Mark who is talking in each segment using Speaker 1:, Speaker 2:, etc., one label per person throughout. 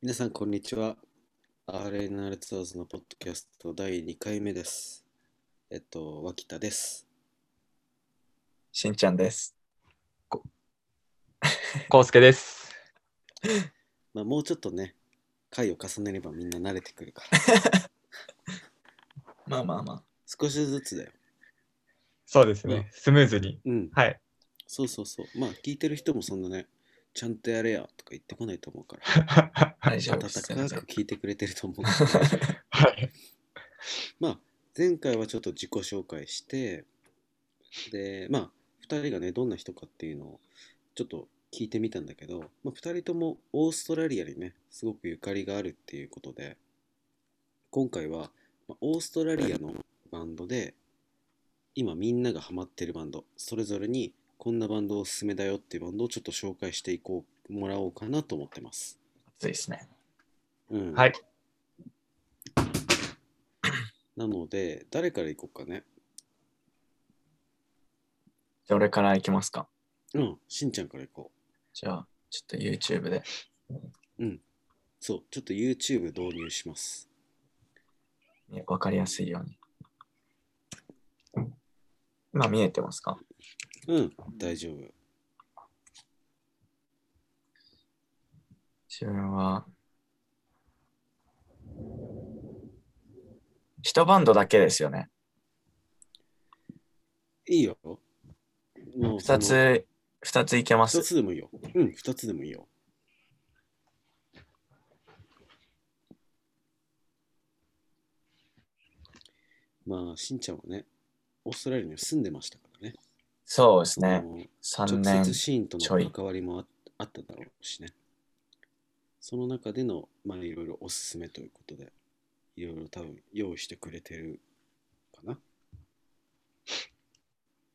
Speaker 1: 皆さん、こんにちは。RNR ツアーズのポッドキャスト第2回目です。えっと、脇田です。
Speaker 2: しんちゃんです。
Speaker 3: コウスケです。
Speaker 1: まあ、もうちょっとね、回を重ねればみんな慣れてくるから、
Speaker 2: まあまあまあ。
Speaker 1: 少しずつだよ。
Speaker 3: そうです
Speaker 1: うん
Speaker 3: ね。スムーズに。
Speaker 1: うん、
Speaker 3: はい。
Speaker 1: そうそうそう。まあ、聞いてる人もそんなね、ちゃんとやれやとか言ってこないと思うから、
Speaker 2: 大丈夫です。全
Speaker 1: 温か
Speaker 2: 然
Speaker 1: く聞いてくれてると思うから。
Speaker 3: はい。
Speaker 1: まあ、前回はちょっと自己紹介して、で、まあ、2人がね、どんな人かっていうのをちょっと聞いてみたんだけど、まあ、2人ともオーストラリアにね、すごくゆかりがあるっていうことで、今回は、まあオーストラリアのバンドで、今みんながハマってるバンド、それぞれにこんなバンドおすすめだよっていうバンドをちょっと紹介していこう、もらおうかなと思ってます。
Speaker 2: 暑いですね。
Speaker 1: うん。
Speaker 3: はい。
Speaker 1: なので、誰から行こうかね。
Speaker 2: じゃあ俺から行きますか。
Speaker 1: うん、しんちゃんから行こう。
Speaker 2: じゃあ、ちょっと YouTube で。
Speaker 1: そう、ちょっと YouTube 導入します。
Speaker 2: ね、わかりやすいように。今見えてますか
Speaker 1: うん、大丈夫。
Speaker 2: 自分は。一バンドだけですよね。
Speaker 1: いいよ。もうそ
Speaker 2: 二
Speaker 1: の
Speaker 2: つ、二ついけま
Speaker 1: 二
Speaker 2: す。
Speaker 1: つでもいいよ。うん、二つでもいいよ。まあ、しんちゃんはね、オーストラリアに住んでましたからね。
Speaker 2: そうですね。
Speaker 1: もう
Speaker 2: 三
Speaker 1: 直
Speaker 2: 年
Speaker 1: 接。シーンと
Speaker 2: ちょ
Speaker 1: の
Speaker 2: い
Speaker 1: 関わりもああっただろうしね。その中での、まあ、いろいろおすすめということで、いろいろ多分用意してくれてるかな。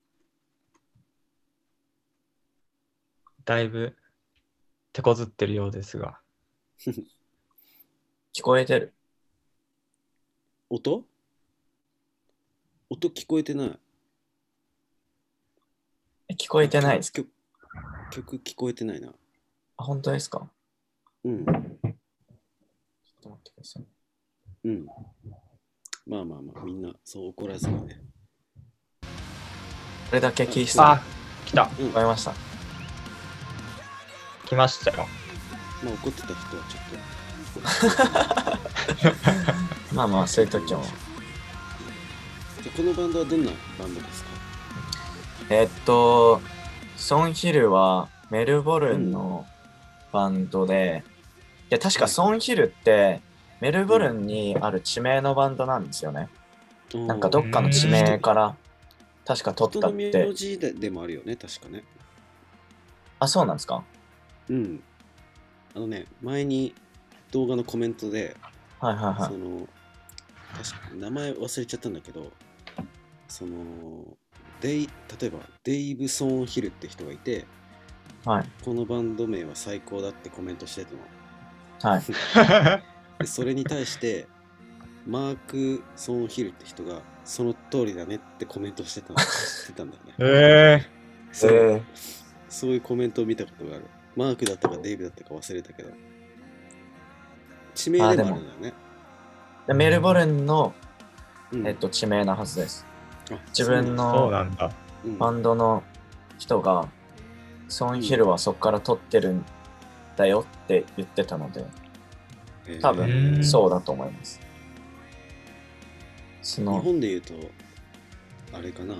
Speaker 3: だいぶ手こずってるようですが。
Speaker 2: 聞こえてる。
Speaker 1: 音音聞こえてない。
Speaker 2: え聞こえてないです。
Speaker 1: 曲曲聞こえてないな。
Speaker 2: あ本当ですか
Speaker 1: うん。
Speaker 2: ちょっと待ってください。
Speaker 1: うん。まあまあまあ、みんなそう怒らずにね。
Speaker 2: これだけ聞いてた。
Speaker 3: あ、来た。
Speaker 1: うん。
Speaker 2: 聞こ
Speaker 1: ま
Speaker 2: え
Speaker 1: あ
Speaker 2: ました。
Speaker 3: 来ましたよ。
Speaker 1: 怒ってた人はちょ
Speaker 2: まあまあ、そういう時も。
Speaker 1: っと。じゃあこのバンドはどんなバンドですか
Speaker 2: えっと、ソンヒルはメルボルンのバンドで、いや、確かソンヒルってメルボルンにある地名のバンドなんですよね。なんかどっかの地名から、確か取
Speaker 1: 人
Speaker 2: った
Speaker 1: の
Speaker 2: っ
Speaker 1: 名
Speaker 2: て。
Speaker 1: 字ででもあるよね、確かね。
Speaker 2: あ、そうなんですか
Speaker 1: うん。あのね、前に動画のコメントで、
Speaker 2: はいはいは
Speaker 1: その確か名前忘れちゃったんだけどそのデイ例えばデイブ・ソーンヒルって人がいて
Speaker 2: い。はい。
Speaker 1: このバンド名は最高だってコメントしてたの
Speaker 2: はい。
Speaker 1: でそれに対してマーク・ソーンヒルって人がその通りだねってコメントしてた の知ってたんだよね
Speaker 3: え
Speaker 1: そう
Speaker 2: えー
Speaker 1: そういうコメントを見たことがあるマークだったかデイブだったか忘れたけど地名でもあるんだよね
Speaker 2: でメルボルンの、
Speaker 1: うん
Speaker 2: えっと、地名なはずです。
Speaker 1: あ
Speaker 2: 自分
Speaker 3: ー、
Speaker 2: の
Speaker 3: そうなんだ。
Speaker 1: そうな
Speaker 2: バ
Speaker 1: んだ
Speaker 2: ンドの人が、ソンヒルはそこから取ってるんだよって言ってたので、
Speaker 1: うん
Speaker 2: 多
Speaker 1: へ
Speaker 3: う
Speaker 2: 分
Speaker 3: ん
Speaker 2: そうだと思います。そ
Speaker 1: 日
Speaker 2: の、
Speaker 1: 本で言うとあれかな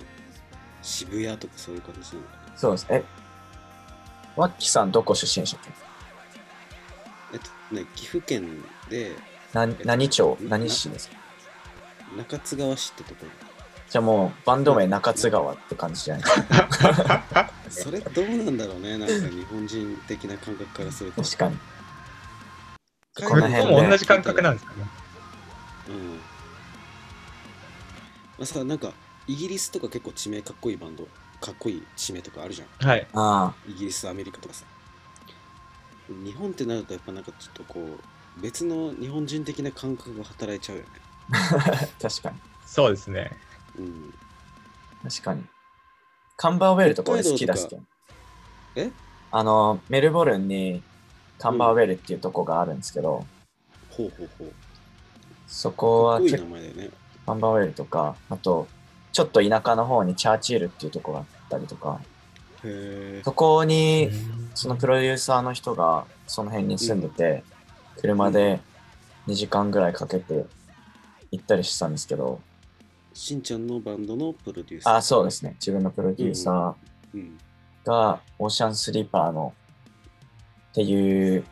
Speaker 1: 渋谷とかそういう感じなのかな
Speaker 2: そうです。え、ワッキさんどこ出身でしたっけ
Speaker 1: えっとね岐阜県で
Speaker 2: な何町
Speaker 1: うん
Speaker 2: 何市ですか
Speaker 1: 中津川市ってとこ
Speaker 2: じゃあもうバンド名中津川って感じじゃないですか。
Speaker 1: ろそれどうなんだろうねなんか日本人的な感覚からすると
Speaker 2: 確かに。
Speaker 1: 海
Speaker 2: こ
Speaker 1: 外
Speaker 2: の
Speaker 3: 向
Speaker 2: 辺で
Speaker 3: こうも同じ感覚なんですかね。
Speaker 1: うんまあさなんかイギリスとか結構地名かっこいいバンドかっこいい地名とかあるじゃん
Speaker 3: はい。
Speaker 2: あ
Speaker 1: イギリスアメリカとかさ日本ってなるとやっぱなんかちょっとこう別の日本人的な感覚が働いちゃうよね
Speaker 2: あ、確かに。
Speaker 3: そうですね。
Speaker 1: うん
Speaker 2: 確かに。カンバーウェルとか俺好きだし
Speaker 1: 北海道と。え
Speaker 2: あの、メルボルンにカンバーウェルっていうとこがあるんですけど、
Speaker 1: ほうほうほう。
Speaker 2: そこは
Speaker 1: かっこいい
Speaker 2: 結
Speaker 1: 名前だよね。
Speaker 2: カンバーウェルとか、あと、ちょっと田舎の方にチャーチールっていうとこがあったりとか、
Speaker 1: へえ。
Speaker 2: そこにそ
Speaker 3: そ
Speaker 2: のプロデューサーの人がその辺に住んでて、車で2時間ぐらいかけて行ったりしてたんですけど、
Speaker 1: しんちゃんのバンドのプロデューサー。
Speaker 2: あ、そうですね。自分のプロデューサ
Speaker 1: うん。
Speaker 2: ーがオーシャンスリーパーのっていう、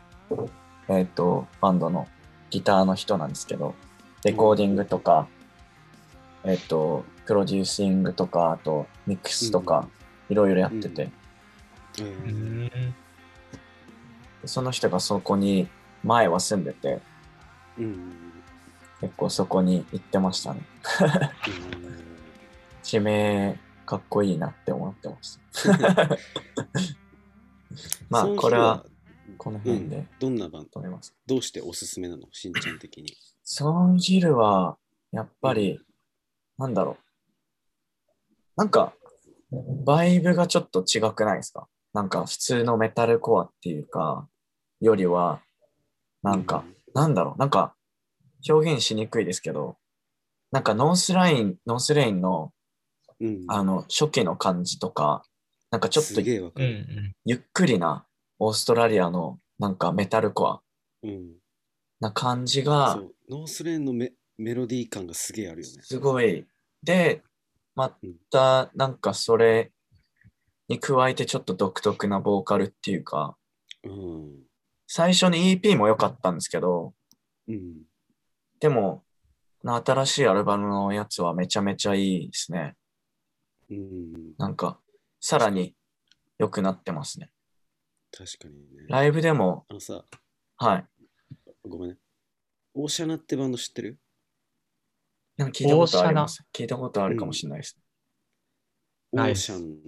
Speaker 2: えっ、と、バンドのギターの人なんですけど、レコーディングとか、えっ、と、プロデューシングとか、あとミックスとか、いろいろやってて、
Speaker 1: へ
Speaker 3: う
Speaker 1: ー。
Speaker 3: ん
Speaker 2: その人がそこに前は住んでて、
Speaker 1: うん。うん。
Speaker 2: 結構そこに行ってましたね。地名かっこいいなって思ってました。 まあ、これはこの辺で
Speaker 1: どんなバンド
Speaker 2: 止めます。
Speaker 1: どうしておすすめなのしんちゃん的に。
Speaker 2: ソンジルは、やっぱり、なんだろう。なんか、バイブがちょっと違くないですかなんか、普通のメタルコアっていうか、よりは、なんか、なんだろう、なんか、表現しにくいですけど、なんか、ノースライン、ノースレインの、
Speaker 1: うん、うん、
Speaker 2: あの、初期の感じとか、なんかちょっと
Speaker 1: すげえわか
Speaker 3: うんう
Speaker 1: る。
Speaker 3: ん
Speaker 2: ゆっくりな、オーストラリアの、なんか、メタルコア
Speaker 1: うん。
Speaker 2: な感じが
Speaker 1: そ、う、ノースレーンのメメロディー感がすげえあるよね。
Speaker 2: すごい。で、また、なんかそれに加えてちょっと独特なボーカルっていうか、
Speaker 1: うん。
Speaker 2: 最初に EP も良かったんですけど、
Speaker 1: うん。
Speaker 2: でも、この新しいアルバムのやつはめちゃめちゃいいですね。
Speaker 1: うん。
Speaker 2: なんか、さらに良くなってますね。
Speaker 1: 確かにね。
Speaker 2: ライブでも、
Speaker 1: あのさ、
Speaker 2: はい。
Speaker 1: ごめんね。オーシャナってバンド知ってる
Speaker 2: なんか聞いたことあります。聞いたことあるかもしれないです。
Speaker 1: オ
Speaker 3: ナ
Speaker 1: ー
Speaker 3: イ
Speaker 1: シ
Speaker 3: ス
Speaker 1: ャン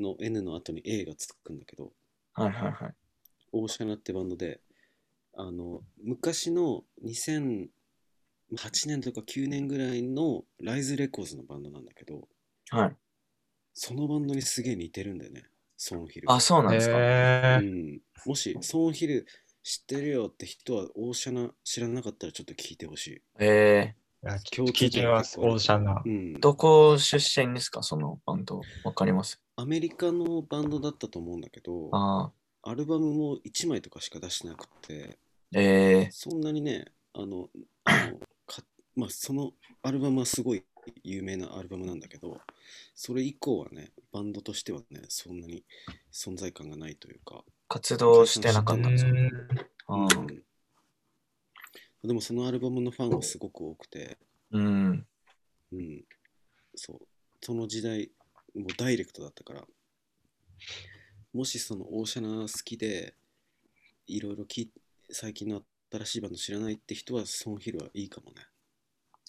Speaker 1: の N の後に A がつくんだけど、
Speaker 2: はいはいはい。
Speaker 1: オーシャナってバンドで、あの、昔の2008年とか9年ぐらいのライズレコーズのバンドなんだけど、
Speaker 2: はい。
Speaker 1: そのバンドにすげえ似てるんだよね、ソンヒル。
Speaker 2: あ、そうなんですか。
Speaker 1: う
Speaker 3: へえ
Speaker 1: ん、もしソンヒル知ってるよって人はオーシャナ知らなかったらちょっと聞いてほし
Speaker 2: え
Speaker 1: 共通
Speaker 3: 聞いてみます、オーシャンが
Speaker 1: い、う。ん
Speaker 2: ー、。どこ出身ですかそのバンド。わかります
Speaker 1: アメリカのバンドだったと思うんだけど、
Speaker 2: あ
Speaker 1: アルバムも1枚とかしか出してなくて、
Speaker 2: ーえー、
Speaker 1: そんなにね、あの、あのかまあ、そのアルバムはすごい有名なアルバムなんだけど、それ以降はね、バンドとしてはね、そんなに存在感がないというか、
Speaker 2: 活動してなか
Speaker 3: う
Speaker 2: っ
Speaker 1: ん
Speaker 2: たんですか
Speaker 3: ん
Speaker 2: あー
Speaker 1: でもそのアルバムのファンはすごく多くて、
Speaker 2: うん。
Speaker 1: うん、そうその時代もうダイレクトだったからもしそのオーシャナ好きでいろいろ聞い最近の新しいバンド知らないって人はソンヒルはいいかもね、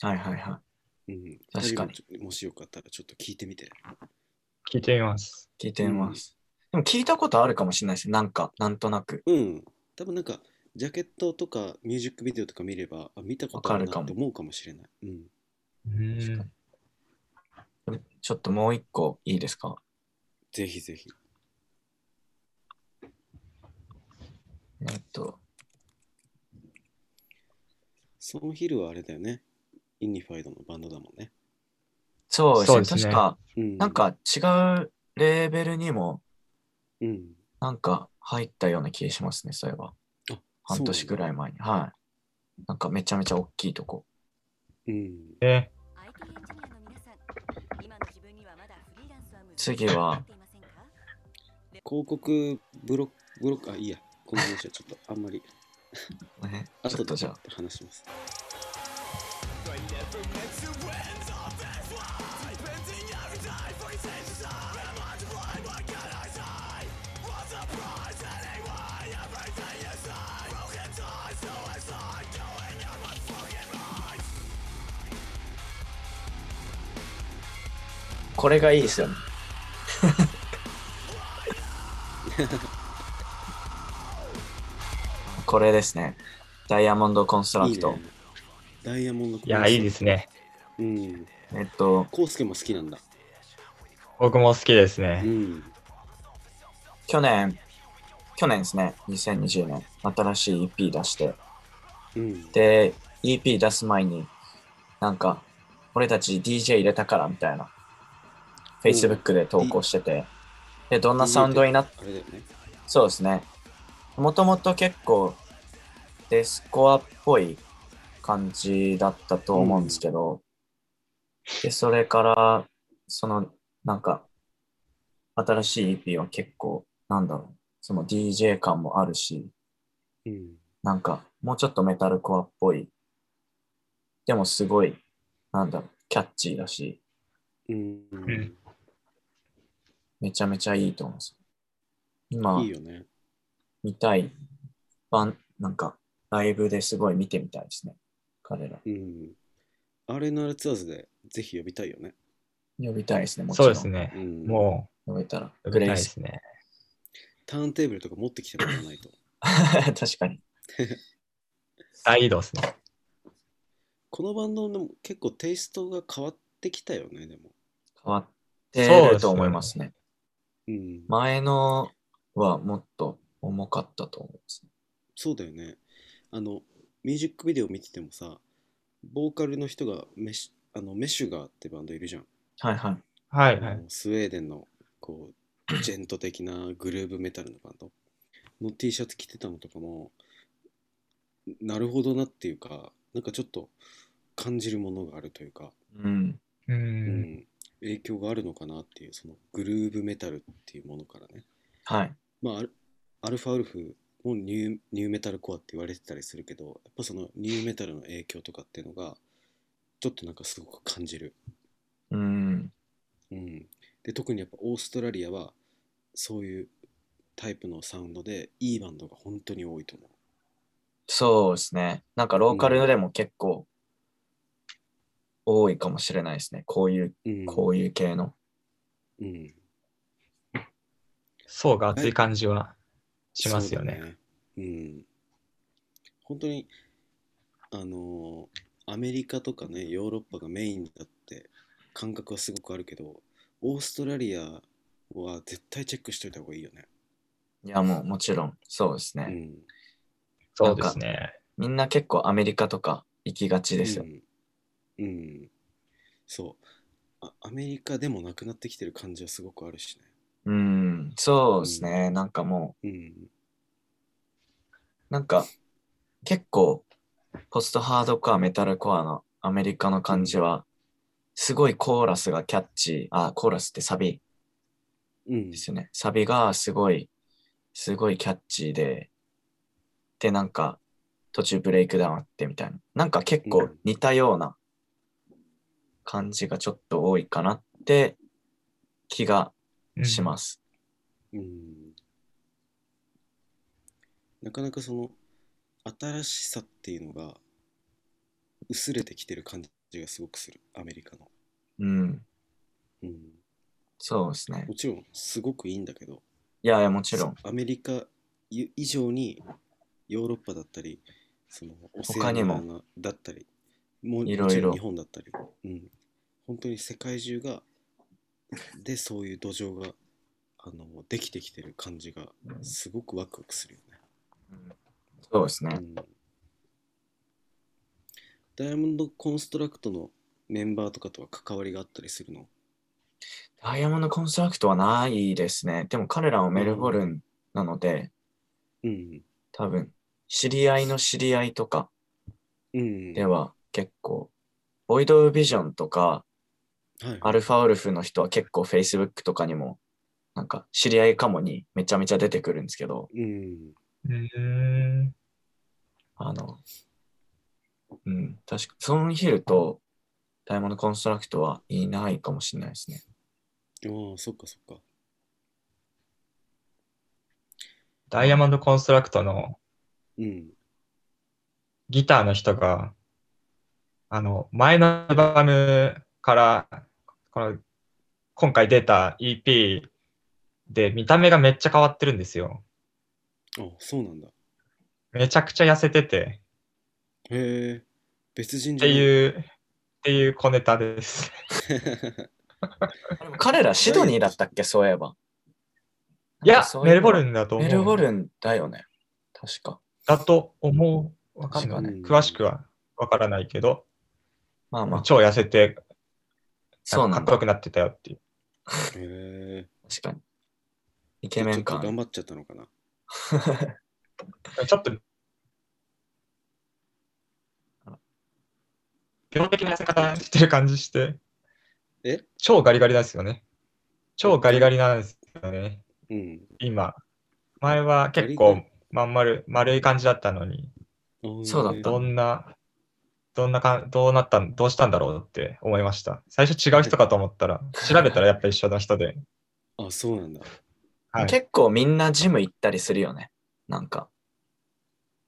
Speaker 2: はいはいは
Speaker 1: うん、
Speaker 2: 確かに
Speaker 1: 二人もちょもしよかったらちょっと聞いてみて
Speaker 3: 聞いてみます。
Speaker 2: い。聞いてみます。でも聞いたことあるかもしれないです。なんか、なんとなく。
Speaker 1: うん多分なんかジャケットとかミュージックビデオとか見ればあ見たことある
Speaker 2: わか
Speaker 1: な
Speaker 2: る
Speaker 1: っ
Speaker 2: か
Speaker 1: て思うかもしれない、うん、
Speaker 3: う
Speaker 2: 確
Speaker 3: ん
Speaker 2: かにちょっともう一個いいですか
Speaker 1: ぜひぜひ
Speaker 2: えーっと、
Speaker 1: ソンヒルはあれだよねインニファイドのバンドだもんね、
Speaker 2: そうですね。
Speaker 3: そうです
Speaker 2: 確
Speaker 3: ね
Speaker 2: か、
Speaker 1: うん、
Speaker 2: なん、か違うレーベルにも、
Speaker 1: うん、
Speaker 2: なんか入ったような気がしますね、そういえば。
Speaker 1: あ
Speaker 2: 半年ぐらい前に。はい。なんかめちゃめちゃ大きいとこ。
Speaker 1: い、うん、
Speaker 3: え
Speaker 4: IT エンジニアの皆さん、今の自分にはまだフリーランスは難しい
Speaker 2: 次は
Speaker 4: と思っていませんか
Speaker 1: 広告ブロック、ブロック、あ、いいや、この話はちょっとあんまり、
Speaker 2: ね、ちょ
Speaker 1: 後
Speaker 2: っと
Speaker 1: で
Speaker 2: じ
Speaker 1: ち
Speaker 2: ゃ
Speaker 1: ょ
Speaker 2: あ
Speaker 1: っ。と話します。
Speaker 2: これがいいですよ ね。これですね。ダイヤモンドコンストラ
Speaker 1: い
Speaker 2: ク
Speaker 1: い
Speaker 2: ト。
Speaker 1: ね。ダイヤモンドコ。
Speaker 3: いや、いいですすね。
Speaker 1: うん。
Speaker 2: えっと、
Speaker 1: コウスケも好きなんだ。
Speaker 3: 僕も好きです
Speaker 1: う
Speaker 3: ね。
Speaker 1: ん。
Speaker 2: 去年、去年ですね、2020年、新しい EP 出して、
Speaker 1: うん。
Speaker 2: で、EP 出す前に、なんか、俺たち DJ 入れたからみたいな、Facebook で投稿してて、で、どんなサウンドになっ
Speaker 1: あれだよね。
Speaker 2: そうですね。もともと結構デスコアっぽい感じだったと思うんですけど、で、それから、その、なんか、新しい EP は結構、なんだろう、その DJ 感もあるし、
Speaker 1: うん。
Speaker 2: なんか、もうちょっとメタルコアっぽい。でもすごい、なんだろう、キャッチーだし、
Speaker 1: うん。
Speaker 3: ん
Speaker 2: めちゃめちゃいいと思うんですよ。今、
Speaker 1: いいよね。
Speaker 2: 見たい。バンなんか、ライブですごい見てみたいですね。彼ら。
Speaker 1: うん。RNR ツアーズでぜひ呼びたいよね。
Speaker 2: 呼びたいですね、もち
Speaker 3: そう
Speaker 2: ろん。
Speaker 3: ですね
Speaker 1: う。ん。
Speaker 3: も
Speaker 2: 呼べたら。
Speaker 3: う、
Speaker 2: グ
Speaker 3: 受け
Speaker 2: レ
Speaker 3: た
Speaker 2: イ
Speaker 3: いで
Speaker 2: ス。
Speaker 3: すね。
Speaker 1: ターンテーブルとか持ってきてもらわないと。
Speaker 2: 確かに。
Speaker 3: 大移動ですね。
Speaker 1: このバンドの結構テイストが変わってきたよね、でも。
Speaker 2: 変わっ
Speaker 3: そ
Speaker 2: て
Speaker 3: うです
Speaker 2: る
Speaker 3: ね
Speaker 2: と思いますね。
Speaker 1: うん。
Speaker 2: 前のはもっと重かったと思います、ね。
Speaker 1: そうだよね。あの、ミュージックビデオ見ててもさ、ボーカルの人がメシあのメシュガーってバンドいるじゃん。
Speaker 2: はいはい。
Speaker 3: はいは
Speaker 1: あ
Speaker 3: い。
Speaker 1: のスウェーデンのこうジェント的なグルーブメタルのバンドの T シャツ着てたのとかもなるほどなっていうかなんかちょっと感じるものがあるというか、
Speaker 2: うん。
Speaker 3: う。
Speaker 1: うんん影響があるのかなっていうそのグルーブメタルっていうものからね
Speaker 2: はい。
Speaker 1: まあアルアルファウルフもニューニューメタルコアって言われてたりするけどやっぱそのニューメタルの影響とかっていうのがちょっとなんかすごく感じる
Speaker 2: うん。
Speaker 1: うん、で特にやっぱオーストラリアはそういうタイプのサウンドでいいバンドが本当に多いと思う。
Speaker 2: そうですね。なんかローカルでも結構多いかもしれないですね。こういう、
Speaker 1: うん、
Speaker 2: こういう系の。
Speaker 1: うん、
Speaker 3: 層が厚い感じはしますよ
Speaker 1: そう
Speaker 3: ね。
Speaker 1: だうん、本当にあのーアメリカとかねヨーロッパがメインだって感覚はすごくあるけどオーストラリアは絶対チェックしといた方がいいよね。
Speaker 2: いや、もうもちろん、そうですね。
Speaker 1: うん、
Speaker 3: そうですね。
Speaker 2: みんな結構アメリカとか行きがちですよ。
Speaker 1: うん、うん、そうあアメリカでもなくなってきてる感じはすごくあるしね。
Speaker 2: うん、そうですね、なんかも
Speaker 1: うん
Speaker 2: う、なんか結構ポストハードコア、メタルコアのアメリカの感じは、すごいコーラスがキャッチー、あ、コーラスってサビ
Speaker 1: うん
Speaker 2: ですよね。サビがすごい、すごいキャッチーで、で、なんか途中ブレイクダウンあってみたいな。なんか結
Speaker 1: う
Speaker 2: 構
Speaker 1: ん
Speaker 2: 似たような感じがちょっと多いかなって気が
Speaker 3: うん
Speaker 2: します。
Speaker 1: うんなかなかその新しさっていうのが薄れてきてる感じがすごくするアメリカの、
Speaker 2: うん、
Speaker 1: うん、
Speaker 2: そうですね
Speaker 1: も。ちろんすごくいいんだけど
Speaker 2: いやいや、もちろん。
Speaker 1: アメリカ以以上にヨーロッパだったりそのオセア
Speaker 2: 他
Speaker 1: ニ
Speaker 2: に
Speaker 1: ア
Speaker 2: も
Speaker 1: なだったりもう
Speaker 2: いろいろ
Speaker 1: もちろん日本だったり、うん、本当に世界中がでそういう土壌があのできてきてる感じがすごくワクワクするよね。
Speaker 2: うんそうです
Speaker 1: う
Speaker 2: ね。
Speaker 1: んダイヤモンドコンストラクトのメンバーとかとは関わりがあったりするの
Speaker 2: ダイヤモンドコンストラクトはないですね。でも彼らはメルボルンなので、
Speaker 1: うん。
Speaker 2: 多分、知り合いの知り合いとか
Speaker 1: うん。
Speaker 2: では結構、ボイドビジョンとか、
Speaker 1: はいはい
Speaker 2: アルファウルフの人は結構 Facebook とかにも、なんか知り合いかもにめちゃめちゃ出てくるんですけど、
Speaker 1: うん。
Speaker 3: うん。
Speaker 2: あの、うん、確か、ソンヒルとダイヤモンドコンストラクトはいないかもしれないですね。
Speaker 1: ああ、そっかそっか。
Speaker 3: ダイヤモンドコンストラクトの
Speaker 1: うん。
Speaker 3: ギターの人が、あの、前のアルバムから、この、今回出た EP で見た目がめっちゃ変わってるんですよ。
Speaker 1: あそうなんだ。
Speaker 3: めちゃくちゃ痩せてて、
Speaker 1: へえ。別人
Speaker 3: っ
Speaker 1: じゃ
Speaker 3: て
Speaker 1: ない。
Speaker 3: いう、っていう小ネタです。
Speaker 2: あでも彼らシドニーだったっけ、そういえば。
Speaker 3: いや
Speaker 2: そういうの
Speaker 3: メルボルンだと思う。
Speaker 2: メルボルンだよね。確か。
Speaker 3: だと思う。わかんな
Speaker 1: 確
Speaker 3: い。
Speaker 1: かに
Speaker 3: 詳しくはわからないけど、
Speaker 2: まあまあ、
Speaker 3: 超痩せて、
Speaker 2: そうな
Speaker 3: か
Speaker 2: ん
Speaker 3: っ
Speaker 2: だ。
Speaker 3: こ
Speaker 2: 確
Speaker 3: よくなってたよっていう。
Speaker 1: へえ。
Speaker 2: かに。イケメン
Speaker 1: ちょっと頑
Speaker 2: 感。
Speaker 1: 張っちゃったのかな。
Speaker 3: ちょっと、病的な痩せ方してる感じして、
Speaker 1: え
Speaker 3: 超ガリガリなんですよね。超ガリガリなんですよね。
Speaker 1: うん。
Speaker 3: 今。前は結
Speaker 1: ガリ
Speaker 3: 構、まん丸、丸い感じだったのに、
Speaker 1: あー
Speaker 2: そうだった
Speaker 3: どんな、どんなかん、どうなったん、どうしたんだろうって思いました。最初違う人かと思ったら、調べたらやっぱ一緒の人で。
Speaker 1: あ、そうなんだ。
Speaker 3: はい
Speaker 2: 結構みんなジム行ったりするよね。なんか。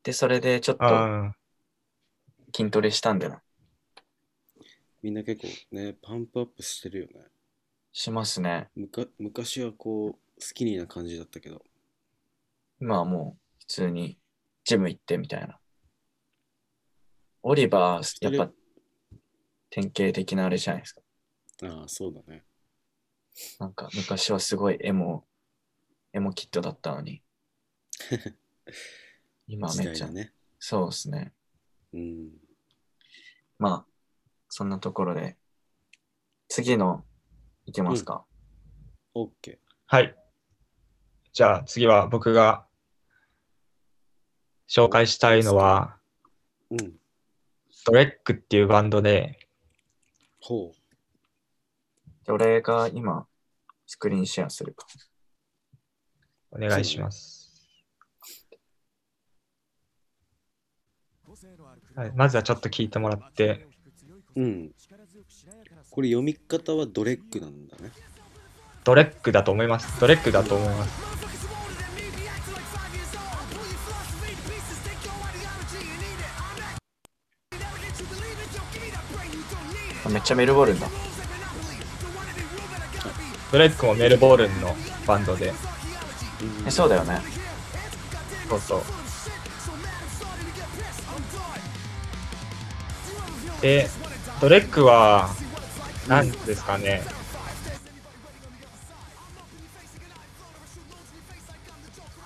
Speaker 2: で、それでちょっと
Speaker 3: あ
Speaker 2: 筋トレしたんだよな。
Speaker 1: みんな結構ね、パンプアップしてるよね。
Speaker 2: しますね。
Speaker 1: むか昔はこう、スキニーな感じだったけど。
Speaker 2: 今はもう普通にジム行ってみたいな。オリバー、やっぱ典型的なあれじゃないですか。
Speaker 1: ああ、そうだね。
Speaker 2: なんか昔はすごいエモ、エモキッドだったの に。今は
Speaker 1: 時
Speaker 2: めっ
Speaker 1: 代
Speaker 2: ちゃ、
Speaker 1: だね。
Speaker 2: そうですね。
Speaker 1: うん。
Speaker 2: まあ、そんなところで、次の、いけますか、
Speaker 1: オッケ
Speaker 3: はい。じゃあ次は僕が紹介したいのは、
Speaker 1: ー。うん。
Speaker 3: ドレックっていうバンドで、
Speaker 1: ほう。
Speaker 2: で俺が今、スクリーンシェアするか。
Speaker 3: お願いします。はい、まずはちょっと聞いてもらって、
Speaker 1: うん。これ読み方はドレッグなんだね。
Speaker 3: ドレックだと思います。ドレックだと思います。
Speaker 2: あめっちゃメルボルンだ。
Speaker 3: ドレックもメルボルンのバンドで、
Speaker 1: うん
Speaker 2: えそうだよね。
Speaker 3: そうそう。で、ドレックは、何ですかね。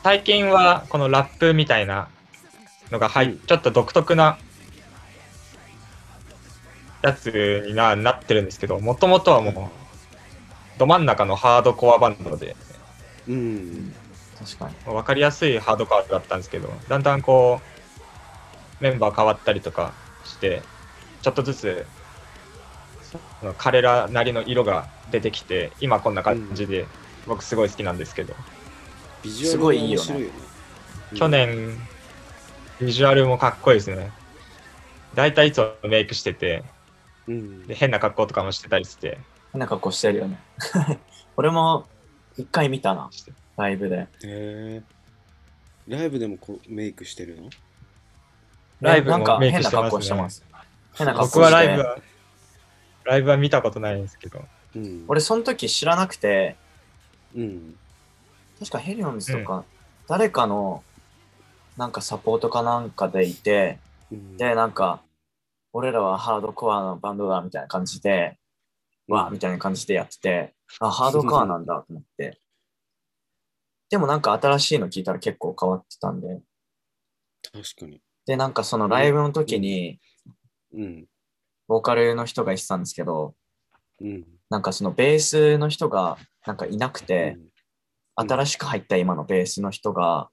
Speaker 3: 最近は、このラップみたいなのが入っ、ちょっと独特なやつにななってるんですけど、もともとはもう、ど真ん中のハードコアバンドで、
Speaker 1: うん。
Speaker 2: 確かに。
Speaker 3: 分かりやすいハードカードだったんですけどだんだんこうメンバー変わったりとかしてちょっとずつその彼らなりの色が出てきて今こんな感じで、僕すごい好きなんですけど
Speaker 1: ビジュアル
Speaker 2: すごい
Speaker 1: が
Speaker 2: いい
Speaker 1: 面
Speaker 2: よね
Speaker 1: 白いよね。うん
Speaker 3: 去。年ビジュアルもかっこいいですね大体いつもメイクしてて
Speaker 1: うん
Speaker 3: で。変な格好とかもしてたりして
Speaker 2: 変な格好してるよね。 俺も、一回見たな、
Speaker 3: して
Speaker 2: ライブで。
Speaker 1: へえ。ライブでもこうメイクしてるの
Speaker 3: ライブ
Speaker 2: な
Speaker 3: も
Speaker 2: んか
Speaker 3: メイ
Speaker 2: 変
Speaker 3: ク
Speaker 2: な
Speaker 3: してますね
Speaker 2: 格好してます。変な格好して
Speaker 3: 僕はライブはライブは見たことないんですけど
Speaker 1: うん。
Speaker 2: 俺、その時知らなくて、
Speaker 1: うん。
Speaker 2: 確かヘリオンズとか、誰かの、なんかサポートかなんかでいて、
Speaker 1: うん
Speaker 2: で、なんか、俺らはハードコアのバンドだみたいな感じで、わあみたいな感じでやってて、 あ、ハードコアなんだと思って。でもなんか新しいの聞いたら結構変わってたんで、
Speaker 1: 確かに。
Speaker 2: で、なんかそのライブの時に、
Speaker 1: うん。
Speaker 2: ボーカルの人が言ってたんですけど、
Speaker 1: うん。
Speaker 2: なんかそのベースの人がなんかいなくて
Speaker 1: う、んうん
Speaker 2: 新しく入った今のベースの人が、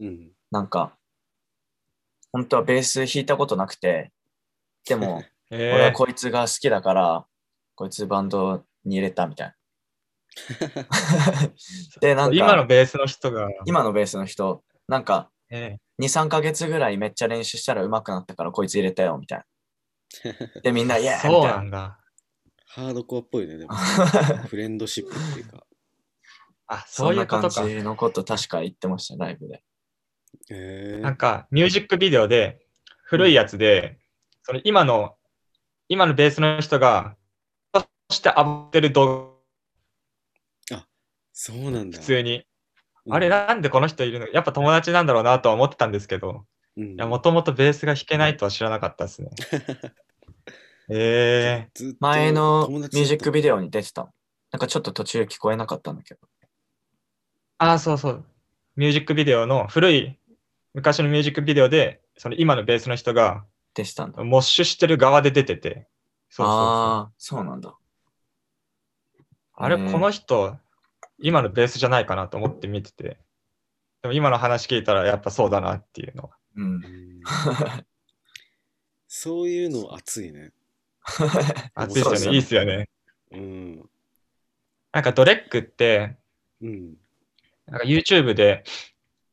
Speaker 1: うん。
Speaker 2: なんか、本当はベース弾いたことなくて、でも、俺は
Speaker 3: え
Speaker 2: こいつが好きだから、こいつバンドに入れたみ たいな。で、なん
Speaker 3: ー
Speaker 2: か
Speaker 3: 今のベースの人が、
Speaker 2: 今のベースの人、なんか
Speaker 3: え
Speaker 2: 2、3ヶ月ぐらいめっちゃ練習したら上手くなったからこいつ入れたよみたいな。で、みんな、イエ
Speaker 3: ー
Speaker 2: ーイみ
Speaker 3: そう
Speaker 2: たい
Speaker 3: な
Speaker 2: な。
Speaker 3: んだ
Speaker 1: ハードコアっぽいね、でも。フレンドシップっていうか。
Speaker 3: あそ
Speaker 2: そうう
Speaker 3: い
Speaker 2: いうう
Speaker 3: こ
Speaker 2: 感
Speaker 3: とか
Speaker 2: じのこと確か言ってました、ライブで。
Speaker 1: へえ。
Speaker 3: なんか、ミュージックビデオで、古いやつで、その今の、今のベースの人が、そして炙ってる動
Speaker 1: そうなん
Speaker 3: 画、
Speaker 1: だ。
Speaker 3: 普通に。
Speaker 1: うん
Speaker 3: あれ、なんでこの人いるのやっぱ友達なんだろうなとは思ってたんですけど、
Speaker 1: うん
Speaker 3: いや、もともとベースが弾けないとは知らなかったですね。え
Speaker 1: ずっと
Speaker 2: 前のミュージックビ
Speaker 1: デ
Speaker 2: デオに出てた。なんかちょっと途中聞こえなかったんだけど。
Speaker 3: あ、そうそう。ミュージックビデオの古い昔のミュージックビデオで、その今のベースの人が、
Speaker 2: でしたんだ。
Speaker 3: モッシュしてる側で出てて。そうそうそうあ
Speaker 2: ああ、そうなんだ。
Speaker 3: れ、
Speaker 2: ね
Speaker 3: この人、今のベースじゃないかなと思って見てて。でも今の話聞いたらやっぱそうだなっていうのは。
Speaker 2: うん
Speaker 1: う。んそういうの熱いね。
Speaker 3: 熱いです
Speaker 1: そうで
Speaker 3: よね
Speaker 1: す。よ
Speaker 3: い
Speaker 1: ね
Speaker 3: いです
Speaker 1: う
Speaker 3: よね。
Speaker 1: ん。
Speaker 3: なんかドレックって、
Speaker 1: うん。
Speaker 3: なんか YouTube で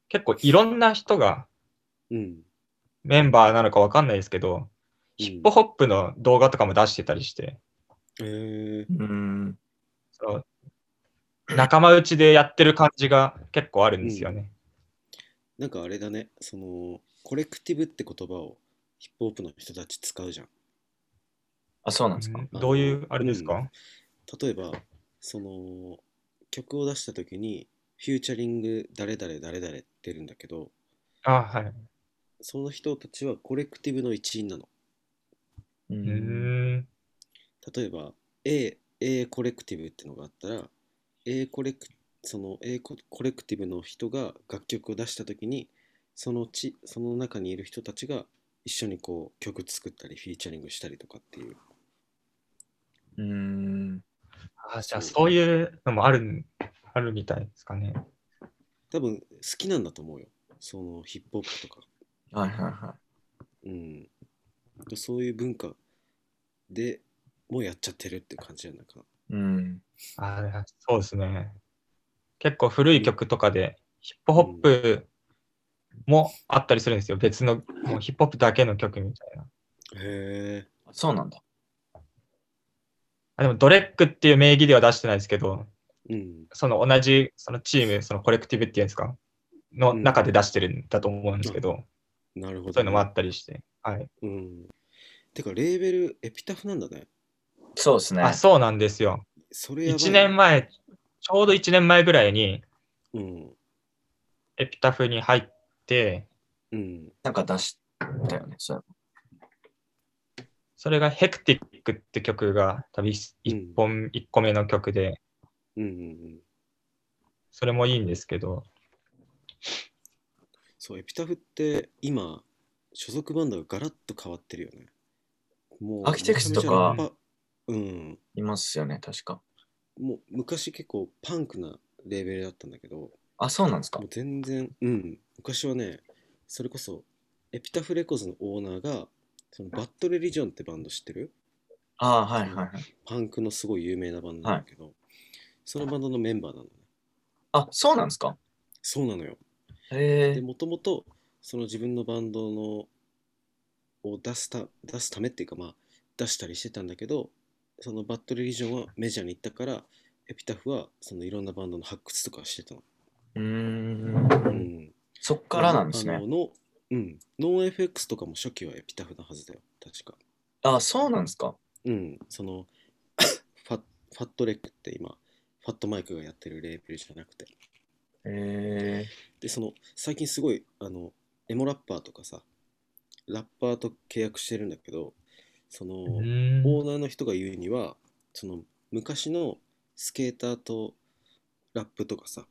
Speaker 3: 結構いろんな人が
Speaker 1: うん。
Speaker 3: メンバーなのかわかんないですけど、
Speaker 1: うん
Speaker 3: ヒップホップの動画とかも出してたりして、
Speaker 1: えー、
Speaker 2: うん。
Speaker 3: その仲間内でやってる感じが結構あるんですよね。
Speaker 1: なんかあれだね、その、コレクティブって言葉をヒップホップの人たち使うじゃん。
Speaker 2: あ、そうなんですか。
Speaker 3: うんどういうあれですか、
Speaker 1: うん例えば、その、曲を出した時に、フューチャリング誰々誰々って出るんだけど、
Speaker 3: あはい。
Speaker 1: その人たちはコレクティブの一員なの。
Speaker 2: う
Speaker 3: うー
Speaker 2: ん。
Speaker 3: ん。
Speaker 1: 例えば A, A コレクティブってのがあったら A コレクその A ココレクティブの人が楽曲を出した時にそのちその中にいる人たちが一緒にこう曲作ったりフィーチャリングしたりとかっていう
Speaker 2: うん。
Speaker 3: あじゃあそういうのもある、あるみたいですかね。
Speaker 1: 多分好きなんだと思うよそのヒップホップとか、
Speaker 2: はいはいは。
Speaker 1: うん、そういう文化でもうやっちゃってるって感じじゃないかない
Speaker 2: うん。
Speaker 3: あそうですね。結構古い曲とかで、ヒップホップもあったりするんですよ。別の、もうヒップホップだけの曲みたいな。
Speaker 1: へえ
Speaker 2: そうなんだ。
Speaker 3: あでも、ドレックっていう名義では出してないですけど、
Speaker 1: うん
Speaker 3: その同じ、そのチーム、そのコレクティブっていうんですか、の中で出してるんだと思うんですけど、
Speaker 1: なるほどね、
Speaker 3: そういうのもあったりして。はい。
Speaker 1: うんてかレーベルエピタフなんだね
Speaker 2: そうですね。
Speaker 3: あ、そうなんですよ。
Speaker 1: それやばいね、
Speaker 3: 1年前、ちょうど1年前ぐらいに、
Speaker 1: うん。
Speaker 3: エピタフに入って、
Speaker 1: うん。
Speaker 2: なんか出したよね。そういえば
Speaker 3: それがヘクティックって曲が多分一
Speaker 1: うん
Speaker 3: 一本、一個目の曲で、
Speaker 1: うんうんうん。
Speaker 3: それもいいんですけど、
Speaker 1: そう、エピタフって今、所属バンドがガラッと変わってるよね。もう、
Speaker 2: アーキテクツとか
Speaker 1: めちゃめちゃラッパうん。
Speaker 2: いますよね、確か。
Speaker 1: もう、昔結構パンクなレベルだったんだけど、も
Speaker 2: あ、そうなんですか
Speaker 1: う。全然、うん。昔はね、それこそ、エピタフレコーズのオーナーが、そのバッドレリジョンってバンド知ってる
Speaker 2: ああ、はいはいはい。
Speaker 1: パンクのすごい有名なバンドなんだけど、そのバンドのメンバーなのね。
Speaker 2: あ、そうなんですか。
Speaker 1: そうなのよ。
Speaker 2: へ
Speaker 1: で
Speaker 2: え。
Speaker 1: もともとその自分のバンドのを出すた出すためっていうかまあ出したりしてたんだけどそのバッドレリジョンはメジャーに行ったからエピタフはそのいろんなバンドの発掘とかしてたの。
Speaker 2: うー。
Speaker 1: うんん、
Speaker 2: そっからなんです
Speaker 1: あ
Speaker 2: ね
Speaker 1: の。のうん、ノー FX とかも初期はエピタフなはずだよ確か。
Speaker 2: あ、そうなんですか。
Speaker 1: うん、そのファファットレックって今ファットマイクがやってるレーベルじゃなくて
Speaker 2: へえ。
Speaker 1: でその最近すごいあのエモラッパーとかさラッパーと契約してるんだけどその、
Speaker 3: うーん
Speaker 1: オーナーの人が言うにはその昔のスケーターとラップとかさ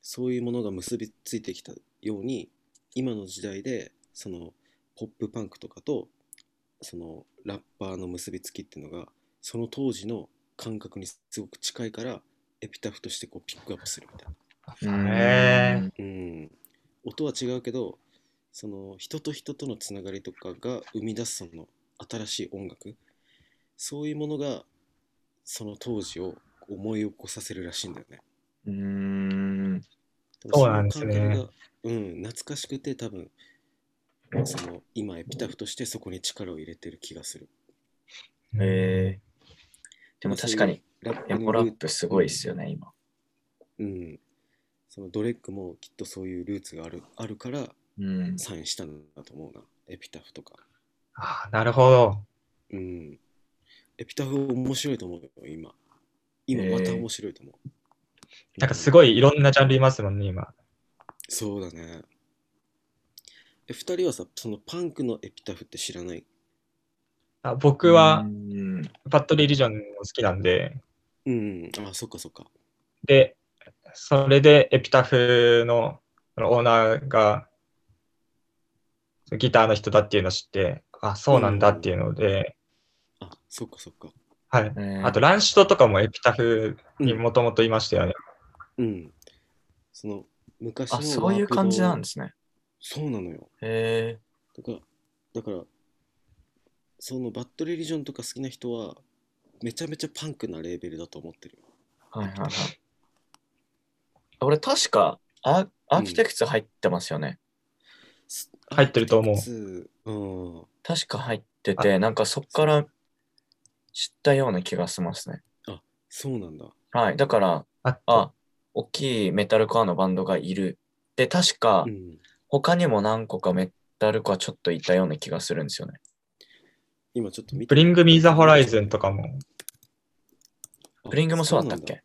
Speaker 1: そういうものが結びついてきたように今の時代でそのポップパンクとかとそのラッパーの結びつきっていうのがその当時の感覚にすごく近いからエピタフとしてこうピックアップするみたいな。
Speaker 3: へ
Speaker 2: え。
Speaker 1: うん、音は違うけどその人と人とのつながりとかが生み出すその新しい音楽そういうものがその当時を思い起こさせるらしいんだよね。
Speaker 2: うーん。
Speaker 3: そうなんですね
Speaker 1: その感覚が、うん、懐かしくて多分その今エピタフとしてそこに力を入れてる気がする。
Speaker 2: へえ。でも確かに、
Speaker 1: ラッ
Speaker 2: エ
Speaker 1: プ
Speaker 2: モ
Speaker 1: の
Speaker 2: ラ
Speaker 1: ル
Speaker 2: ッ
Speaker 1: ー
Speaker 2: プすごいっすよね、今。
Speaker 1: うん、そのドレックもきっとそういうルーツがあるあるから
Speaker 2: うん。
Speaker 1: サインしたんだと思うなエピタフとか。
Speaker 3: あなるほど。
Speaker 1: うん。エピタフ面白いと思うよ、今。今また面白いと思う。
Speaker 3: なんかす
Speaker 1: い。
Speaker 3: ごいいろんなジャンルいますもんね、今。
Speaker 1: そうだね。え、二人はさ、そのパンクのエピタフって知らない。
Speaker 3: あ僕は
Speaker 2: う、ん
Speaker 3: バッドリリジョンも好きなんで、
Speaker 1: うん。あ、そっかそっか。
Speaker 3: で、それでエピタフのそのオーナーがギターの人だっていうのを知って、あ、そうなんだっていうので、
Speaker 1: あ、そっかそっか。
Speaker 3: はい。
Speaker 2: うん
Speaker 3: あと、ランシュトとかもエピタフにもともといましたよね。
Speaker 1: うん。その、昔の。
Speaker 2: あ、そういう感じなんですすね。
Speaker 1: そうなのよ。
Speaker 2: へ
Speaker 1: だから、だから、そのバッドレリジョンとか好きな人は、めちゃめちゃパンクなレーベルだと思ってる。
Speaker 2: え。はいはいはい。俺、確かア、アーキテクツ入ってますよね。
Speaker 1: す
Speaker 3: 入ってると思う
Speaker 1: アーキテクツうん。
Speaker 2: 確か入ってて、なんかそっから知ったような気がしますね。
Speaker 1: そうなんだ。
Speaker 2: はい。だから、
Speaker 3: あと
Speaker 2: あ、大きいメタルコアのバンドがいる。で、確か
Speaker 1: う、ん。
Speaker 2: 他にも何個かメタルコアちょっといたような気がするんですよね。
Speaker 1: 今ちょっと見て
Speaker 3: ブリング・ミー・ザ・ホライズンとかも、
Speaker 2: ブリングもそうだったっけ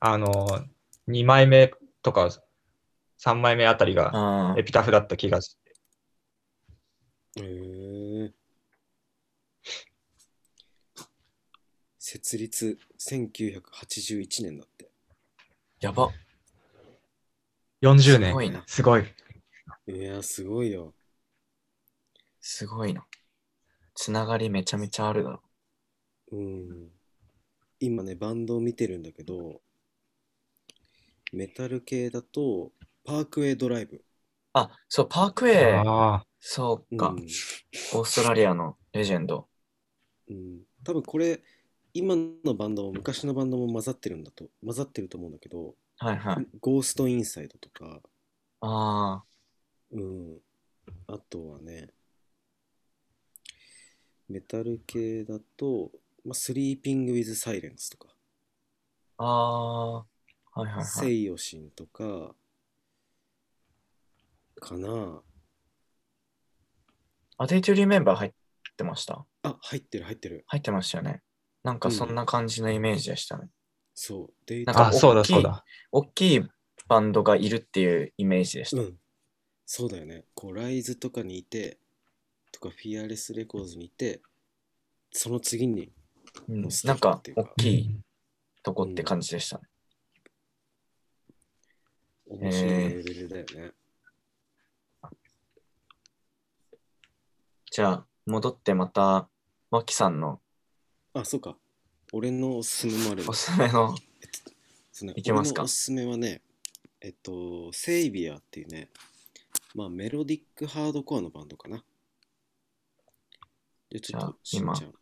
Speaker 3: あの、2枚目とか3枚目あたりが
Speaker 2: ああ
Speaker 3: エピタフだった気がして。
Speaker 1: へえ。設立1981年だって。
Speaker 2: やば。
Speaker 3: 40
Speaker 2: すごいな
Speaker 3: 年。すごい。
Speaker 1: いやー、すごいよ。
Speaker 2: すごいな。つながりめちゃめちゃあるだろ。
Speaker 1: うん。今ね、バンドを見てるんだけど、メタル系だと、パークウェイドライブ。
Speaker 2: あ、そう、パークウェイ。
Speaker 3: ああ、
Speaker 2: そう
Speaker 1: うん
Speaker 2: か、オーストラリアのレジェンド。
Speaker 1: うん、多分これ、今のバンドも昔のバンドも混ざってるんだと、混ざってると思うんだけど、
Speaker 2: はいはい。
Speaker 1: ゴーストインサイドとか、
Speaker 2: ああ、
Speaker 1: うん。あとはね、メタル系だと、まあ、スリーピング・ウィズ・サイレンスとか、
Speaker 2: ああ、はいはいは
Speaker 1: セ
Speaker 2: い。
Speaker 1: イヨシンとか、かな
Speaker 2: アデイトゥリメンバー入ってました
Speaker 1: あ。あ、入ってる、入ってる。
Speaker 2: 入ってましたよね。なんかそんな感じのイメージでしたね。
Speaker 1: そう。デイ
Speaker 2: なんか
Speaker 3: あ、そ
Speaker 2: 大
Speaker 3: うだ
Speaker 2: きい
Speaker 3: そうだ。
Speaker 2: 大きいバンドがいるっていうイメージでした。
Speaker 1: うん。そうだよね。こう、ライズとかにいて、とか、フィアレスレコーズにいて、その次に、
Speaker 2: うん
Speaker 1: もうステ
Speaker 2: な
Speaker 1: ー
Speaker 2: ん
Speaker 1: キ
Speaker 2: か
Speaker 1: っていうか
Speaker 2: 大きいとこって感じでしたね。
Speaker 1: 面白いレベルだよね。
Speaker 2: じゃあ、戻ってまた、マキさんの
Speaker 1: あ、そうか。俺のおすすめもある
Speaker 2: おすすめの、
Speaker 1: その
Speaker 2: いけますか
Speaker 1: 俺のおすすめはね、えっと、セイビアっていうね、まあメロディックハードコアのバンドかな。で、ちょっと、
Speaker 2: じゃあ今
Speaker 1: しんちゃん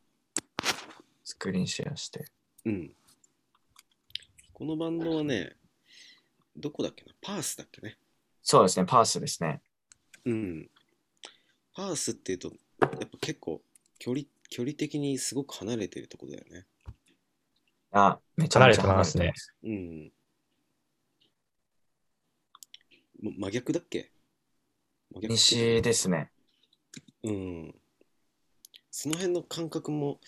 Speaker 2: スクリーンシェアして。
Speaker 1: うん。このバンドはね、どこだっけなパースだっけね。
Speaker 2: そうですね、パースですね。
Speaker 1: うん。パースっていうと、やっぱ結構、距離、距離的にすごく離れてるとこだよね。
Speaker 2: あ、めちゃめちゃ
Speaker 3: 離れてますね
Speaker 2: す。
Speaker 1: うん。も真逆だっけ真逆
Speaker 2: 西ですね。
Speaker 1: うん。その辺の感覚も、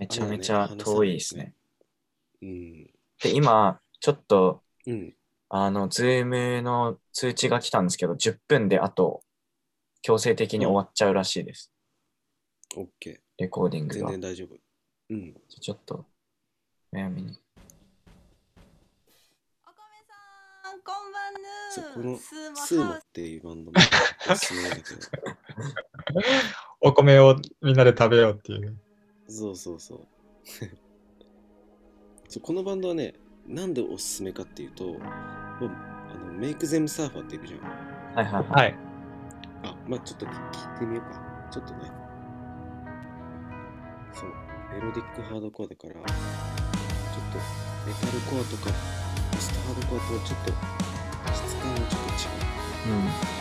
Speaker 2: めちゃめちゃ遠いですね。
Speaker 1: あれだね。
Speaker 2: で、今、ちょっと、
Speaker 1: 話せないね
Speaker 2: あの、ズームの通知が来たんですけど、10分であと、強制的に終わっちゃうらしいです。
Speaker 1: うん。うん。OK。
Speaker 2: レコーディング
Speaker 1: 全
Speaker 2: が。
Speaker 1: 然大丈夫。うん。
Speaker 2: ちょっと、早めに。
Speaker 4: お米さん、こんばんぬ
Speaker 1: そうこの
Speaker 4: スーマ
Speaker 1: スーマ
Speaker 4: ハウ
Speaker 1: っ
Speaker 4: ス。
Speaker 1: ていうバンドもおすすめだけど。
Speaker 3: お米をみんなで食べようっていう。
Speaker 1: そうそうそう そう。このバンドはね、なんでおすすめかっていうと、もうあのメイクゼムサーファーっているじゃん。
Speaker 2: はいはいはい。
Speaker 3: はい。
Speaker 1: あ、まあちょっと聞いてみようか。ちょっとね。そう、メロディックハードコアだから、ちょっとメタルコアとか、ベストハードコアとはちょっと質感がちょっと違う。
Speaker 2: うん。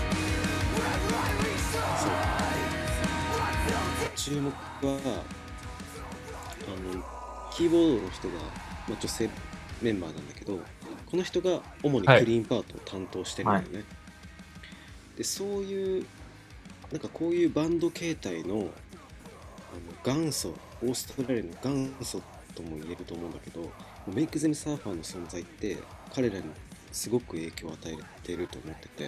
Speaker 1: そう。注目は、あの、キーボードの人が、まあ、女性メンバーなんだけど、この人が主に
Speaker 3: はい
Speaker 1: クリーンパートを担当してるんだよね。で、そういう、なんかこういうバンド形態のあの元祖、オーストラリアの元祖ととも言えると思うんだけどもうメイクゼミサーファーの存在って彼らにすごく影響を与えてると思ってて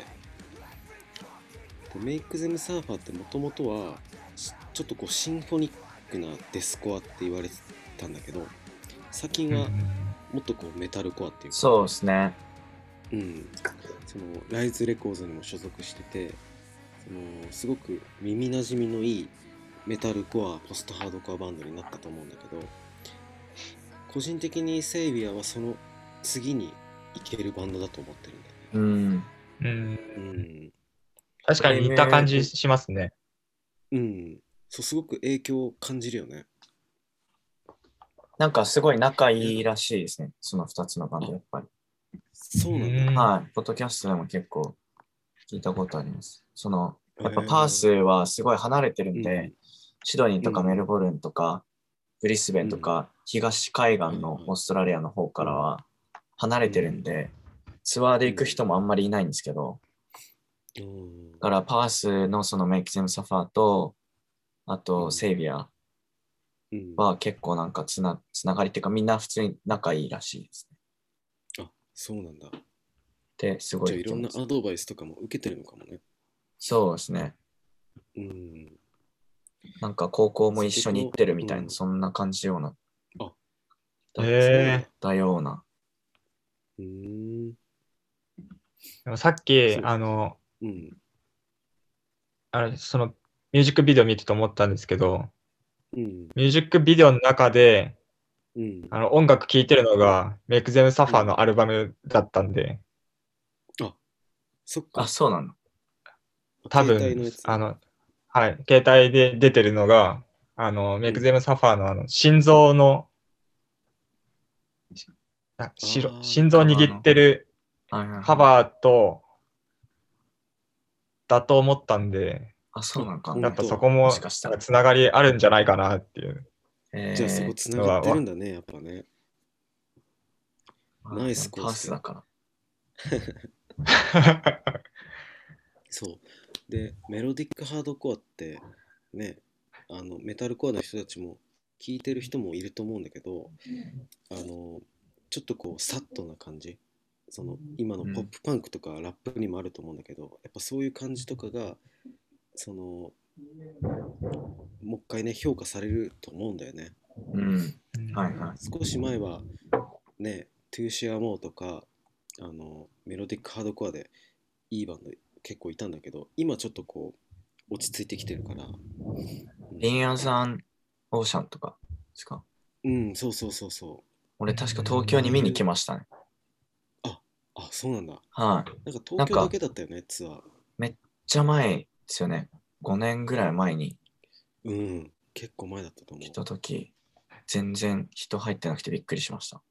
Speaker 1: でメイクゼミサーファーってもともとはしちょっとこうシンフォニックなデスコアって言われてたんだけど最近
Speaker 3: うん
Speaker 1: はもっとこうメタルコアっていうか
Speaker 2: そうですね。
Speaker 1: うん、そのライズレコーズにも所属しててそのすごく耳なじみのいいメタルコアポストハードコアバンドになったと思うんだけど個人的にセイビアはその次に行けるバンドだと思ってるんだ
Speaker 2: う
Speaker 1: よね。
Speaker 2: ん。
Speaker 1: う
Speaker 3: うん
Speaker 1: ん
Speaker 3: 確かに似た感じしますね。
Speaker 1: うん、そうすごく影響を感じるよね。
Speaker 2: なんかすごい仲いいらしいですね。その2つのバンド、やっぱり。
Speaker 1: そうなんだ。
Speaker 3: うん
Speaker 2: はい。ポッドキャストでも結構聞いたことあります。その、やっぱ
Speaker 1: えー
Speaker 2: パースはすごい離れてるんで、
Speaker 1: うん
Speaker 2: シドニーとか
Speaker 1: うん
Speaker 2: メルボルンとか、ブリスベンとか、東海岸の
Speaker 1: うん
Speaker 2: オーストラリアの方からは離れてるんで、ツアーで行く人もあんまりいないんですけど、
Speaker 1: うん
Speaker 2: だからパースのそのメイクゼムサファーと、あ
Speaker 1: う
Speaker 2: と
Speaker 1: ん
Speaker 2: セイビア
Speaker 1: うん
Speaker 2: は結構なんかつなつながりっていうか、みんな普通に仲いいらしいですね。
Speaker 1: あそうなんだ。
Speaker 2: で、すごい
Speaker 1: じゃあいろんな
Speaker 2: 言ってます
Speaker 1: アドバイスとかも受けてるのかもね。
Speaker 2: そうですね。
Speaker 1: うん、
Speaker 2: なんか高校も一緒に行ってるみたいな、
Speaker 1: うん
Speaker 2: そんな感じような。
Speaker 1: あ
Speaker 2: だ
Speaker 3: へ
Speaker 2: だような。
Speaker 1: うん、
Speaker 3: でもさっき
Speaker 1: そ、う
Speaker 3: あの、
Speaker 1: うん、
Speaker 3: あれ、その、ミュージックビデオ見てと思ったんですけど、
Speaker 1: うん、
Speaker 3: ミュージックビデオの中で、
Speaker 1: うん。
Speaker 3: あの、音楽聴いてるのが、メイクゼムサファーのアルバムだったんで、
Speaker 1: そっか
Speaker 2: あ、。そうなの。
Speaker 3: 多
Speaker 1: 携帯の
Speaker 3: 分
Speaker 1: やつ、
Speaker 3: あの、はい、携帯で出てるのが、あの、メイクゼムサファーのあの、心臓の、あ白
Speaker 1: あー
Speaker 3: 心臓握ってる
Speaker 2: はいはいはい
Speaker 3: カバーと、だと思ったんで、
Speaker 2: あ、そうなのか
Speaker 1: うん
Speaker 2: な。
Speaker 3: やっぱそこも、
Speaker 2: も
Speaker 3: な
Speaker 2: しかしたら
Speaker 3: んかつながりあるんじゃないかなっていう。
Speaker 2: えー
Speaker 1: じゃあそこ繋がってるんだね、やっぱね。ナイスコース
Speaker 2: パスだから。
Speaker 1: そう。で、メロディックハードコアって、ね、あの、メタルコアの人たちも、聴いてる人もいると思うんだけど、あの、ちょっとこう、サッとな感じ。その、今のポップパンクとかラップにもあると思うんだけど、やっぱそういう感じとかが、その、もう一回ね、評価されると思うんだよね。
Speaker 2: うん。 はいはい。
Speaker 1: 少し前はね、トゥーシアモーとかあのメロディックハードコアでいいバンド結構いたんだけど今ちょっとこう落ち着いてきてるから
Speaker 2: リンアンさん、オーシャンとかですか。
Speaker 1: うんそうそうそうそ
Speaker 2: 俺確か東京に見に来ましたね。
Speaker 1: うあそうなんだ
Speaker 2: はい。めっ
Speaker 1: なんか
Speaker 2: な
Speaker 1: 東
Speaker 2: ん
Speaker 1: 京
Speaker 2: か
Speaker 1: だけだったよねツアー
Speaker 2: ちゃ前ですよね。5年ぐらい前に
Speaker 1: うん結構前だったと思
Speaker 2: 来
Speaker 1: う
Speaker 2: た時、全然人入ってなくてびっくりしました。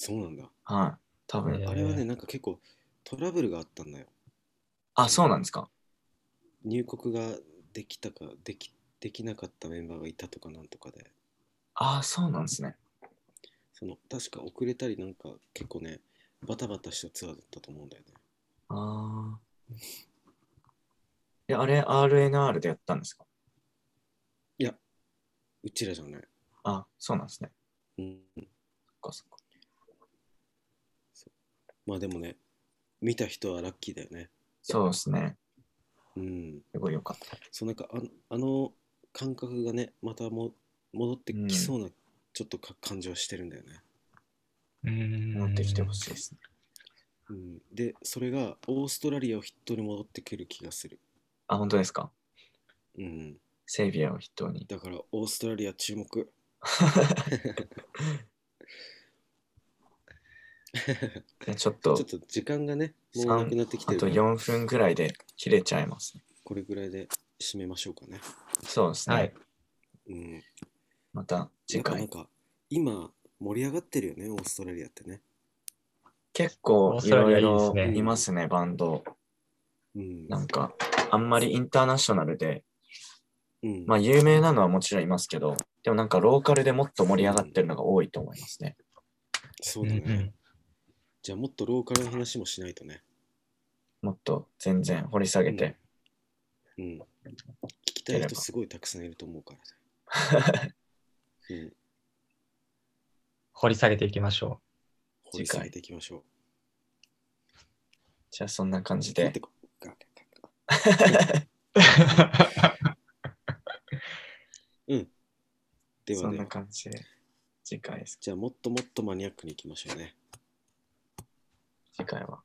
Speaker 1: そうなんだ
Speaker 2: はい。多分、
Speaker 3: へー
Speaker 1: あれはねなんか結構トラブルがあったんだよ
Speaker 2: あ、そうなんですか。
Speaker 1: 入国ができたかできできなかったメンバーがいたとかなんとかで
Speaker 2: あ、そうなんですね。
Speaker 1: その確か遅れたりなんか結構ねバタバタしたツアーだったと思うんだよね
Speaker 2: ああ。え、あれ、RNR でやったんですか
Speaker 1: うちらじゃない。
Speaker 2: あ、そうなんですね。
Speaker 1: うん。
Speaker 2: そっかそっか。
Speaker 1: まあでもね、見た人はラッキーだよね。
Speaker 2: そうですね。
Speaker 1: うん。
Speaker 2: すごい良かった。
Speaker 1: そうなんかあの、あの感覚がね、またも戻ってきそうな、ちょっとか感じはしてるんだよね。
Speaker 3: 持
Speaker 2: 持ってきてほしいですね。
Speaker 1: うん、で、それがオーストラリアを筆頭に戻ってくる気がする。
Speaker 2: あ、本当ですか
Speaker 1: うん。
Speaker 2: セイビアを筆頭に。
Speaker 1: だからオーストラリア注目。
Speaker 2: でちょっ
Speaker 1: ちょ
Speaker 2: と、
Speaker 1: っと時間がね、もうなくなってき
Speaker 2: あ
Speaker 1: てるか
Speaker 2: と
Speaker 1: ら
Speaker 2: 4分ぐらいで切れちゃいますね。
Speaker 1: これぐらいで締めましょうかね。
Speaker 2: そうですね。
Speaker 3: はい。
Speaker 1: うん。
Speaker 2: また次
Speaker 1: なん
Speaker 2: 回。
Speaker 1: かなんか、今盛り上がってるよね、オーストラリアってね。
Speaker 2: 結構
Speaker 3: オース
Speaker 2: い
Speaker 3: トラ
Speaker 2: ろ
Speaker 3: リア
Speaker 2: い
Speaker 3: いいです
Speaker 2: ろ
Speaker 3: ね
Speaker 2: いますね、バンド。
Speaker 1: うん。
Speaker 2: なんか、あんまりインターナショナルで、
Speaker 1: うん、
Speaker 2: まあ有名なのはもちろんいますけど、でもなんかローカルでもっと盛り上がってるのが多いと思いますね。
Speaker 1: そうだね。
Speaker 3: うんうん
Speaker 1: じゃあもっとローカルの話もしないとね。
Speaker 2: もっと全然掘り下げて。
Speaker 1: うん。聞 きたい人すごいたくさんいると思うからね。うん。
Speaker 3: 掘り下げていきましょ
Speaker 1: 掘り下げていきましょう。
Speaker 2: じゃあそんな感じ
Speaker 1: 待っ
Speaker 2: で
Speaker 1: て。こガガガ
Speaker 3: う。
Speaker 1: ガで
Speaker 2: そ
Speaker 1: は
Speaker 2: んな
Speaker 1: ね、
Speaker 2: 感じで。次回です。
Speaker 1: じゃあもっともっとマニアックにいきましょう ね。
Speaker 2: 次回は。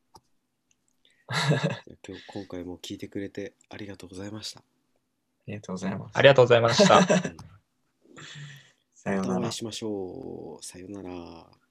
Speaker 1: じゃあ今日今回も聞いてくれてありがとうございま した。
Speaker 2: ありがとうございます。
Speaker 3: ありがとうございました。
Speaker 2: さよ
Speaker 1: ま
Speaker 2: う
Speaker 1: た
Speaker 2: な
Speaker 1: お会
Speaker 2: ら
Speaker 1: い。しましょう。さようなら。